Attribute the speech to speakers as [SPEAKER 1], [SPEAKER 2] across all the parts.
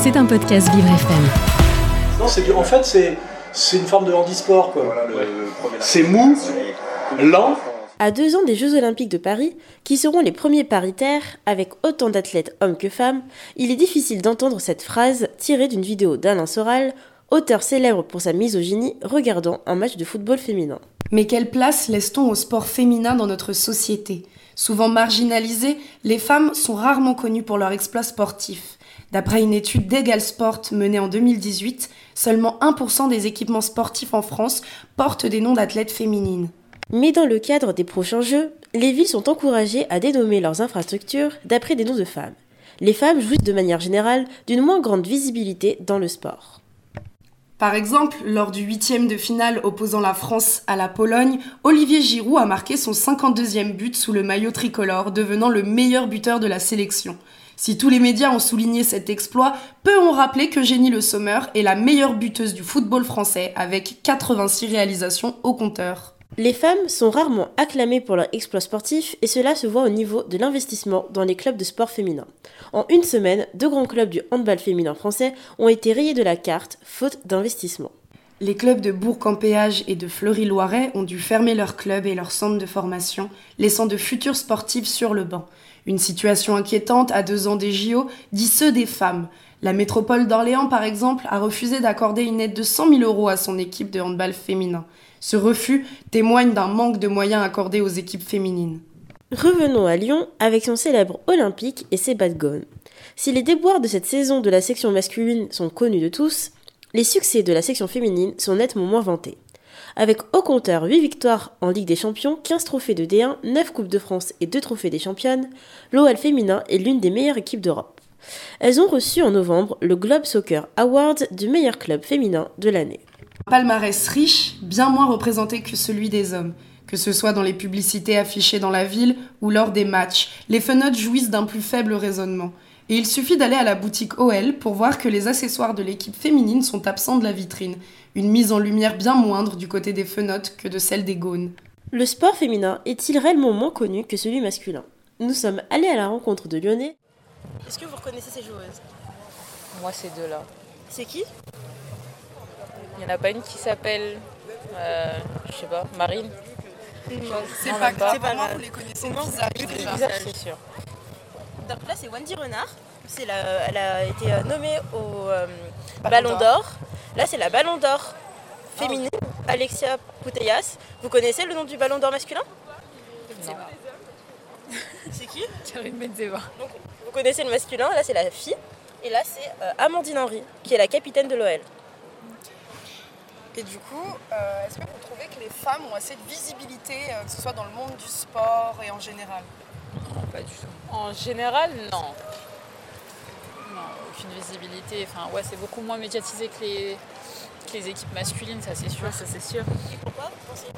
[SPEAKER 1] C'est un podcast Vivre FM.
[SPEAKER 2] Non, c'est du- en fait, c'est, c'est une forme de handisport. Quoi. C'est mou, lent.
[SPEAKER 3] À deux ans des Jeux Olympiques de Paris, qui seront les premiers paritaires, avec autant d'athlètes hommes que femmes, il est difficile d'entendre cette phrase tirée d'une vidéo d'Alain Soral, auteur célèbre pour sa misogynie regardant un match de football féminin.
[SPEAKER 4] Mais quelle place laisse-t-on au sport féminin dans notre société Souvent marginalisées, les femmes sont rarement connues pour leurs exploits sportifs. D'après une étude d'Egal Sport menée en 2018, seulement 1% des équipements sportifs en France portent des noms d'athlètes féminines.
[SPEAKER 3] Mais dans le cadre des prochains Jeux, les villes sont encouragées à dénommer leurs infrastructures d'après des noms de femmes. Les femmes jouissent de manière générale d'une moins grande visibilité dans le sport.
[SPEAKER 4] Par exemple, lors du huitième de finale opposant la France à la Pologne, Olivier Giroud a marqué son 52e but sous le maillot tricolore, devenant le meilleur buteur de la sélection. Si tous les médias ont souligné cet exploit, peu ont rappelé que Jenny Le Sommer est la meilleure buteuse du football français avec 86 réalisations au compteur.
[SPEAKER 3] Les femmes sont rarement acclamées pour leurs exploits sportifs et cela se voit au niveau de l'investissement dans les clubs de sport féminin. En une semaine, deux grands clubs du handball féminin français ont été rayés de la carte faute d'investissement.
[SPEAKER 4] Les clubs de Bourg-en-Péage et de Fleury-Loiret ont dû fermer leurs clubs et leurs centres de formation, laissant de futurs sportifs sur le banc. Une situation inquiétante à deux ans des JO, dit ceux des femmes. La métropole d'Orléans, par exemple, a refusé d'accorder une aide de 100 000 euros à son équipe de handball féminin. Ce refus témoigne d'un manque de moyens accordés aux équipes féminines.
[SPEAKER 3] Revenons à Lyon avec son célèbre Olympique et ses bas de gomme. Si les déboires de cette saison de la section masculine sont connus de tous, les succès de la section féminine sont nettement moins vantés. Avec au compteur 8 victoires en Ligue des Champions, 15 trophées de D1, 9 Coupes de France et 2 trophées des championnes, l'OL féminin est l'une des meilleures équipes d'Europe. Elles ont reçu en novembre le Globe Soccer Award du meilleur club féminin de l'année.
[SPEAKER 4] Un palmarès riche, bien moins représenté que celui des hommes. Que ce soit dans les publicités affichées dans la ville ou lors des matchs, les fenotes jouissent d'un plus faible raisonnement. Et il suffit d'aller à la boutique OL pour voir que les accessoires de l'équipe féminine sont absents de la vitrine. Une mise en lumière bien moindre du côté des fenotes que de celle des gaunes.
[SPEAKER 3] Le sport féminin est-il réellement moins connu que celui masculin Nous sommes allés à la rencontre de Lyonnais. Est-ce que vous reconnaissez ces joueuses
[SPEAKER 5] Moi, ces deux-là.
[SPEAKER 3] C'est qui
[SPEAKER 5] Il n'y en a pas une qui s'appelle, euh, je sais pas, Marine
[SPEAKER 4] C'est
[SPEAKER 5] pas- même pas. c'est
[SPEAKER 3] pas grave.
[SPEAKER 4] les connaissez
[SPEAKER 5] Bizarre, c'est sûr.
[SPEAKER 3] Donc là, c'est Wendy Renard. C'est la- elle a été euh, nommée au euh,
[SPEAKER 4] Ballon
[SPEAKER 3] Ballon d'Or. Là, c'est la Ballon d'Or féminine, Alexia Putellas. Vous connaissez le nom du Ballon d'Or masculin
[SPEAKER 5] Non.
[SPEAKER 3] C'est qui
[SPEAKER 5] Karine Benzema.
[SPEAKER 3] Vous connaissez le masculin, là, c'est la fille. Et là, c'est euh, Amandine Henry, qui est la capitaine de l'OL.
[SPEAKER 6] Et du coup, euh, est-ce que vous trouvez que les femmes ont assez de visibilité, euh, que ce soit dans le monde du sport et en général
[SPEAKER 5] Pas du tout. En général, non. Non, aucune visibilité. Enfin, ouais, c'est beaucoup moins médiatisé que les, que les équipes masculines, ça c'est sûr. ça c'est sûr.
[SPEAKER 3] Et pourquoi vous pensez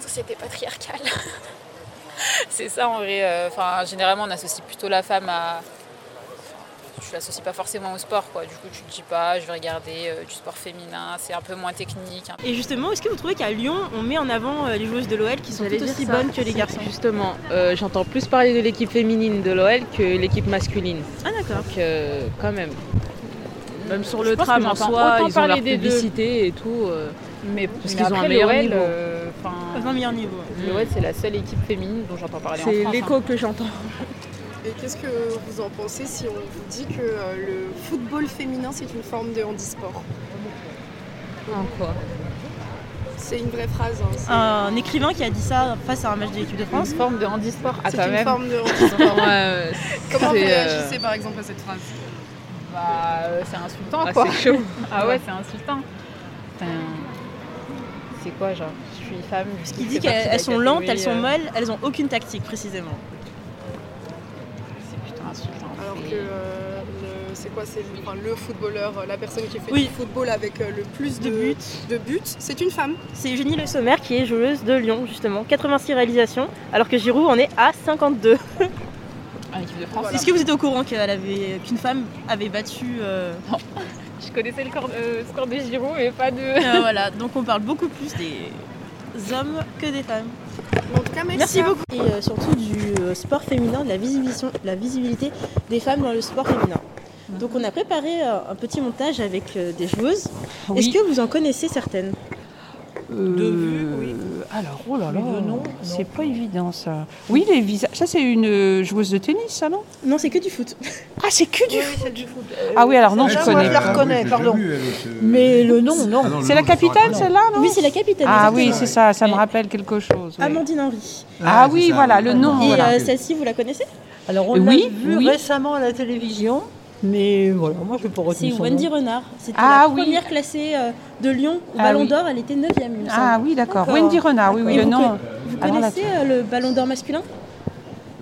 [SPEAKER 5] Société patriarcale. c'est ça en vrai. euh, Enfin, généralement, on associe plutôt la femme à. Tu l'associes pas forcément au sport, quoi. Du coup, tu te dis pas, je vais regarder euh, du sport féminin, c'est un peu moins technique, un
[SPEAKER 3] Et justement, est-ce que vous trouvez qu'à Lyon, on met en avant euh, les joueuses de l'OL qui sont
[SPEAKER 7] J'allais
[SPEAKER 3] toutes
[SPEAKER 7] dire
[SPEAKER 3] aussi
[SPEAKER 7] ça.
[SPEAKER 3] bonnes que les garçons
[SPEAKER 7] Justement, euh, j'entends plus parler de l'équipe féminine de l'OL que l'équipe masculine.
[SPEAKER 3] Ah d'accord.
[SPEAKER 7] Donc, euh, quand même. Même sur
[SPEAKER 5] Je
[SPEAKER 7] le
[SPEAKER 5] pense
[SPEAKER 7] tram
[SPEAKER 5] qu'on
[SPEAKER 7] en
[SPEAKER 5] entend
[SPEAKER 7] soi,
[SPEAKER 5] autant
[SPEAKER 7] ils ont
[SPEAKER 5] parler
[SPEAKER 7] leur
[SPEAKER 5] des deux.
[SPEAKER 7] publicité et tout. euh,
[SPEAKER 5] Mais
[SPEAKER 7] Parce qu'ils ont un meilleur niveau.
[SPEAKER 3] Un meilleur niveau.
[SPEAKER 5] L'OL, c'est la seule équipe féminine dont j'entends parler en
[SPEAKER 7] c'est
[SPEAKER 5] France. hein.
[SPEAKER 7] l'écho que j'entends.
[SPEAKER 6] Et qu'est-ce que vous en pensez si on vous dit que euh, le football féminin, c'est une forme de handisport C'est une vraie phrase. hein, c'est-
[SPEAKER 8] un écrivain qui a dit ça face à un match de l'équipe de France.
[SPEAKER 5] Une forme de handisport. Ah,
[SPEAKER 6] c'est
[SPEAKER 5] quand
[SPEAKER 6] une
[SPEAKER 5] même.
[SPEAKER 6] forme de handisport.
[SPEAKER 7] Ouais, euh,
[SPEAKER 6] Comment vous
[SPEAKER 7] C'est, euh,
[SPEAKER 6] réagissez par exemple à cette phrase
[SPEAKER 5] Bah, euh, c'est insultant,
[SPEAKER 7] ah,
[SPEAKER 5] quoi.
[SPEAKER 7] c'est chaud.
[SPEAKER 5] Ah ouais, c'est insultant. Putain. C'est quoi, genre Je suis femme.
[SPEAKER 8] Ce qui dit qu'elles elles sont lentes, elles sont
[SPEAKER 5] euh,
[SPEAKER 8] molles, elles ont aucune tactique précisément.
[SPEAKER 5] euh, C'est plutôt insultant.
[SPEAKER 6] Alors que
[SPEAKER 5] C'est-
[SPEAKER 6] euh, le- c'est quoi C'est enfin, le footballeur, euh, la personne qui fait
[SPEAKER 8] Oui.
[SPEAKER 6] du football avec euh, le plus de,
[SPEAKER 8] De but.
[SPEAKER 6] de buts, c'est une femme.
[SPEAKER 8] C'est Eugénie Le Sommer qui est joueuse de Lyon justement, 86 réalisations, alors que Giroud en est à 52.
[SPEAKER 5] En équipe de France.
[SPEAKER 6] Voilà.
[SPEAKER 8] Est-ce que vous êtes au courant qu'elle avait, qu'une femme avait battu euh,
[SPEAKER 5] Je connaissais le corps- euh, score
[SPEAKER 8] Ah,
[SPEAKER 5] de Giroud, mais pas de.
[SPEAKER 8] euh, Voilà, donc on parle beaucoup plus des hommes que des femmes.
[SPEAKER 6] En tout cas, merci, hein.
[SPEAKER 8] Merci
[SPEAKER 6] à
[SPEAKER 8] beaucoup. Et euh, surtout du euh, sport féminin, de la, visibilisation- la visibilité des femmes dans le sport féminin.
[SPEAKER 9] Mm.
[SPEAKER 8] Donc on a préparé euh, un petit montage avec euh, des joueuses. Est-ce que vous en connaissez certaines
[SPEAKER 9] De vue, oui. euh, Alors, oh là là, c'est pas évident ça. Oui, les visages. Ça, c'est une euh, joueuse de tennis, ça, non
[SPEAKER 8] Non, c'est que du foot.
[SPEAKER 10] Euh,
[SPEAKER 9] Ah, c'est que du foot. Ah oui, alors non, je
[SPEAKER 11] Ah,
[SPEAKER 9] connais.
[SPEAKER 11] moi,
[SPEAKER 9] pas.
[SPEAKER 11] je
[SPEAKER 10] hein,
[SPEAKER 11] la reconnais, pardon.
[SPEAKER 9] Mais le nom, non.
[SPEAKER 11] Ah non, le
[SPEAKER 9] c'est
[SPEAKER 11] nom,
[SPEAKER 9] la
[SPEAKER 11] je saurais
[SPEAKER 9] capitale,
[SPEAKER 11] pas.
[SPEAKER 9] celle-là, non
[SPEAKER 8] Oui, c'est la capitaine.
[SPEAKER 9] Ah oui,
[SPEAKER 8] exactement.
[SPEAKER 9] c'est ça, ça me rappelle quelque chose. oui.
[SPEAKER 8] Amandine Henry.
[SPEAKER 9] Ah oui, voilà, le nom.
[SPEAKER 8] Et
[SPEAKER 9] voilà.
[SPEAKER 8] euh, celle-ci, vous la connaissez
[SPEAKER 11] Alors on
[SPEAKER 9] on l'a
[SPEAKER 11] l'a
[SPEAKER 9] Oui,
[SPEAKER 11] vu
[SPEAKER 9] vu oui.
[SPEAKER 11] récemment à la télévision, mais voilà, moi je peux pas
[SPEAKER 8] C'est
[SPEAKER 11] retenir
[SPEAKER 8] Wendy Renard. C'était
[SPEAKER 9] Ah
[SPEAKER 8] la
[SPEAKER 9] oui.
[SPEAKER 8] première classée euh, de Lyon au
[SPEAKER 9] Ah
[SPEAKER 8] Ballon
[SPEAKER 9] oui.
[SPEAKER 8] d'Or. Elle était 9 e
[SPEAKER 9] Ah oui, d'accord.
[SPEAKER 8] D'accord.
[SPEAKER 9] Wendy Renard, oui, oui,
[SPEAKER 8] Et
[SPEAKER 9] le
[SPEAKER 8] vous
[SPEAKER 9] nom.
[SPEAKER 8] Vous
[SPEAKER 9] Ah non, là,
[SPEAKER 8] connaissez euh, le Ballon d'Or masculin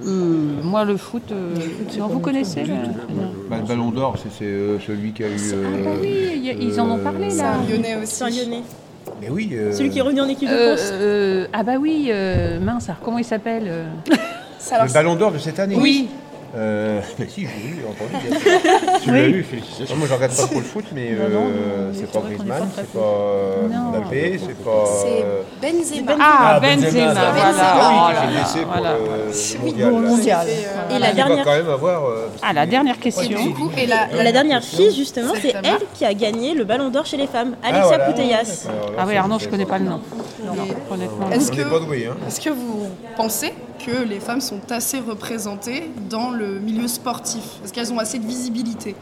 [SPEAKER 9] euh, moi, le foot, euh, non, vous connaissez mais- non.
[SPEAKER 10] Bah, le ballon d'or, c'est c'est, euh, celui qui a eu.
[SPEAKER 9] Ah
[SPEAKER 10] euh,
[SPEAKER 9] bah oui, il y a- ils en ont parlé
[SPEAKER 6] C'est
[SPEAKER 9] là.
[SPEAKER 6] un Lyonnais aussi.
[SPEAKER 8] C'est un Lyonnais.
[SPEAKER 10] Mais oui. euh,
[SPEAKER 8] Celui qui est revenu en équipe de
[SPEAKER 9] Euh,
[SPEAKER 8] France.
[SPEAKER 9] euh, ah bah oui, euh, mince, alors comment il s'appelle euh
[SPEAKER 6] Ça, alors,
[SPEAKER 10] le ballon d'or de cette année.
[SPEAKER 9] Oui,
[SPEAKER 10] Euh, mais si, j'ai vu, entendu. bien sûr. tu l'as eu, félicitations. Moi, je regarde pas trop le foot, mais
[SPEAKER 9] Non, non,
[SPEAKER 10] euh,
[SPEAKER 9] mais
[SPEAKER 10] c'est
[SPEAKER 9] c'est
[SPEAKER 10] pas
[SPEAKER 9] vrai qu'on est pas
[SPEAKER 10] Griezmann,
[SPEAKER 9] très
[SPEAKER 10] c'est
[SPEAKER 9] foot.
[SPEAKER 10] pas euh,
[SPEAKER 9] Non.
[SPEAKER 10] Mbappé, c'est pas.
[SPEAKER 4] C'est
[SPEAKER 10] euh,
[SPEAKER 4] Benzema.
[SPEAKER 9] ah,
[SPEAKER 10] Ah,
[SPEAKER 9] Benzema,
[SPEAKER 10] Benzema,
[SPEAKER 9] voilà.
[SPEAKER 10] Ah
[SPEAKER 9] Oh
[SPEAKER 10] oui,
[SPEAKER 9] là
[SPEAKER 10] qui
[SPEAKER 9] là,
[SPEAKER 10] est blessé pour euh,
[SPEAKER 9] voilà.
[SPEAKER 10] le- le mondial. hein.
[SPEAKER 11] Bon, mondial.
[SPEAKER 6] euh,
[SPEAKER 3] Ah.
[SPEAKER 8] Et la
[SPEAKER 10] Il va
[SPEAKER 8] dernière,
[SPEAKER 10] quand même avoir. euh, parce
[SPEAKER 9] Ah, la
[SPEAKER 10] qu'il-
[SPEAKER 9] dernière question.
[SPEAKER 6] du coup, et la,
[SPEAKER 8] la dernière fille, justement,
[SPEAKER 6] C'est
[SPEAKER 8] c'est
[SPEAKER 6] Thomas.
[SPEAKER 8] elle qui a gagné le Ballon d'Or chez les femmes.
[SPEAKER 10] Ah,
[SPEAKER 8] Alexia
[SPEAKER 10] voilà.
[SPEAKER 8] Putellas.
[SPEAKER 10] Alors là,
[SPEAKER 9] Ah oui,
[SPEAKER 10] ça,
[SPEAKER 9] alors non,
[SPEAKER 10] c'est-
[SPEAKER 9] je connais pas le nom. Non, honnêtement.
[SPEAKER 6] Est-ce
[SPEAKER 10] On
[SPEAKER 6] que-
[SPEAKER 10] n'est pas doué, hein.
[SPEAKER 6] Est-ce que vous pensez que les femmes sont assez représentées dans le milieu sportif Est-ce qu'elles ont assez de visibilité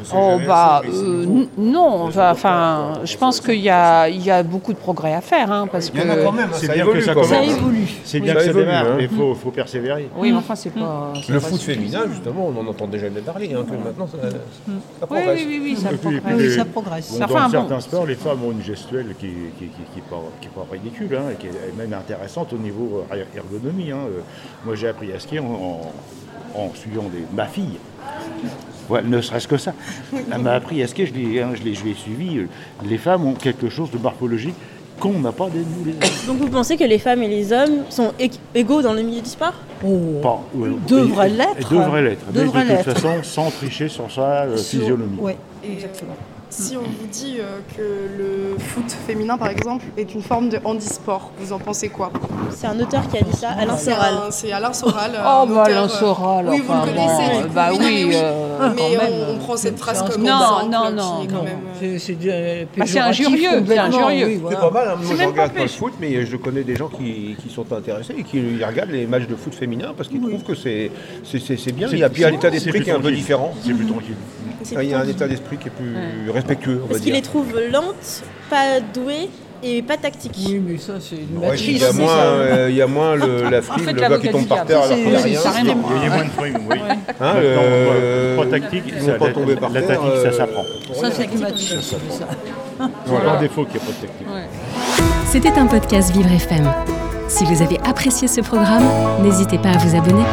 [SPEAKER 10] On sait
[SPEAKER 9] Oh
[SPEAKER 10] jamais,
[SPEAKER 9] bah
[SPEAKER 10] c'est- c'est-
[SPEAKER 9] euh, n- non,
[SPEAKER 10] c'est-
[SPEAKER 9] enfin, je pense qu'il y a, il y a beaucoup de progrès à faire, hein, parce que
[SPEAKER 10] Il y en a quand même, hein,
[SPEAKER 11] C'est
[SPEAKER 10] ça
[SPEAKER 11] bien
[SPEAKER 10] évolue
[SPEAKER 11] que ça
[SPEAKER 10] quand
[SPEAKER 9] ça
[SPEAKER 10] même.
[SPEAKER 11] commence.
[SPEAKER 9] évolue.
[SPEAKER 11] C'est
[SPEAKER 10] Oui.
[SPEAKER 11] bien
[SPEAKER 10] Ça
[SPEAKER 11] que ça
[SPEAKER 10] évolue,
[SPEAKER 11] démarre,
[SPEAKER 10] hein.
[SPEAKER 11] mais il faut, faut persévérer.
[SPEAKER 9] Oui, mais enfin, c'est pas. c'est
[SPEAKER 10] Le
[SPEAKER 9] pas
[SPEAKER 10] foot
[SPEAKER 9] si-
[SPEAKER 10] féminin, justement, on en entendait jamais parler, hein, que maintenant, ça, ça
[SPEAKER 9] Mm. Oui,
[SPEAKER 10] progresse.
[SPEAKER 9] oui, oui, oui, ça Ah,
[SPEAKER 11] Et puis-
[SPEAKER 9] progresse.
[SPEAKER 11] et puis-
[SPEAKER 9] ça progresse.
[SPEAKER 11] Bon,
[SPEAKER 9] Ça fait
[SPEAKER 11] dans
[SPEAKER 9] un
[SPEAKER 11] certains
[SPEAKER 9] bon.
[SPEAKER 11] sports, les femmes ont une gestuelle qui, qui, qui, qui est pas, qui est pas ridicule, hein, et qui est même intéressante au niveau euh, ergonomie. hein. Euh, Moi, j'ai appris à skier en, en- en suivant des- ma fille. Ouais, ne serait-ce que ça. Elle m'a appris à skier, je l'ai hein, je l'ai- je l'ai suivi. Euh, Les femmes ont quelque chose de morphologique qu'on n'a pas de nous, les hommes.
[SPEAKER 8] Donc vous pensez que les femmes et les hommes sont ég- égaux dans le milieu du sport
[SPEAKER 11] Pas, euh,
[SPEAKER 9] Devrait
[SPEAKER 11] et- et-
[SPEAKER 9] Oh. l'être.
[SPEAKER 11] Devrait l'être. Mais
[SPEAKER 9] Devrait
[SPEAKER 11] de toute
[SPEAKER 9] l'être.
[SPEAKER 11] façon, sans tricher sur sa euh, physionomie.
[SPEAKER 9] Ouais.
[SPEAKER 6] Exactement. Si on vous dit euh, que le foot féminin, par exemple, est une forme de handisport, vous en pensez quoi
[SPEAKER 8] C'est un auteur qui a dit ça, Alain
[SPEAKER 6] C'est
[SPEAKER 8] Soral.
[SPEAKER 6] un- C'est Alain Soral.
[SPEAKER 9] Oh,
[SPEAKER 6] un
[SPEAKER 9] bah,
[SPEAKER 6] auteur,
[SPEAKER 9] Alain
[SPEAKER 6] euh,
[SPEAKER 9] Soral,
[SPEAKER 6] Oui, vous
[SPEAKER 9] enfin,
[SPEAKER 6] le connaissez.
[SPEAKER 9] bon,
[SPEAKER 6] du coup,
[SPEAKER 9] bah
[SPEAKER 6] oui, non,
[SPEAKER 9] oui,
[SPEAKER 6] mais oui.
[SPEAKER 9] euh,
[SPEAKER 6] mais
[SPEAKER 9] quand
[SPEAKER 6] on,
[SPEAKER 9] même.
[SPEAKER 6] on prend cette phrase
[SPEAKER 9] un
[SPEAKER 6] comme
[SPEAKER 9] non,
[SPEAKER 6] exemple, qui
[SPEAKER 9] non, non,
[SPEAKER 6] est
[SPEAKER 9] non.
[SPEAKER 6] quand même, euh,
[SPEAKER 11] C'est c'est, euh,
[SPEAKER 9] Bah, c'est
[SPEAKER 11] péjoratif
[SPEAKER 9] injurieux, c'est
[SPEAKER 11] complètement,
[SPEAKER 9] injurieux.
[SPEAKER 11] oui,
[SPEAKER 10] C'est
[SPEAKER 11] voilà.
[SPEAKER 10] pas mal, hein. moi
[SPEAKER 9] C'est
[SPEAKER 10] je
[SPEAKER 9] même
[SPEAKER 10] regarde
[SPEAKER 9] pas
[SPEAKER 10] pas le
[SPEAKER 9] pêche.
[SPEAKER 10] foot, mais je connais des gens qui, qui sont intéressés et qui regardent les matchs de foot féminin hein, parce qu'ils trouvent que c'est- c'est c'est- c'est bien. Il y a puis un état
[SPEAKER 11] C'est
[SPEAKER 10] d'esprit
[SPEAKER 11] plus
[SPEAKER 10] qui est un peu
[SPEAKER 11] tranquille.
[SPEAKER 10] différent.
[SPEAKER 11] C'est plus tranquille.
[SPEAKER 8] C'est
[SPEAKER 10] Il y a un
[SPEAKER 8] plutôt-
[SPEAKER 10] état d'esprit qui est plus respectueux, on va
[SPEAKER 8] Parce qu'il
[SPEAKER 10] dire.
[SPEAKER 8] les trouve lentes, pas douées et pas tactiques.
[SPEAKER 11] Oui, mais ça, c'est une
[SPEAKER 10] Ouais,
[SPEAKER 11] matrice.
[SPEAKER 10] il y a moins, euh, il y a moins le, la frime,
[SPEAKER 9] fait,
[SPEAKER 10] le
[SPEAKER 9] l'avocat
[SPEAKER 10] gars qui tombe
[SPEAKER 9] du
[SPEAKER 10] par
[SPEAKER 9] diable,
[SPEAKER 10] terre alors
[SPEAKER 9] c'est-
[SPEAKER 10] qu'il n'y a
[SPEAKER 9] c'est-
[SPEAKER 10] rien.
[SPEAKER 9] ça a rien à
[SPEAKER 11] Il y a moins de frimes, oui.
[SPEAKER 10] Hein,
[SPEAKER 11] Maintenant,
[SPEAKER 10] Ah. euh,
[SPEAKER 11] euh, trois tactiques,
[SPEAKER 10] ils
[SPEAKER 11] ça,
[SPEAKER 10] vont pas
[SPEAKER 11] la-
[SPEAKER 10] tomber par
[SPEAKER 11] la
[SPEAKER 10] terre. euh,
[SPEAKER 11] tactique, ça s'apprend.
[SPEAKER 10] Ça,
[SPEAKER 11] C'est un défaut qu'il n'y a pas de technique.
[SPEAKER 1] C'était un podcast Vivre FM. Si vous avez apprécié ce programme, n'hésitez pas à vous abonner.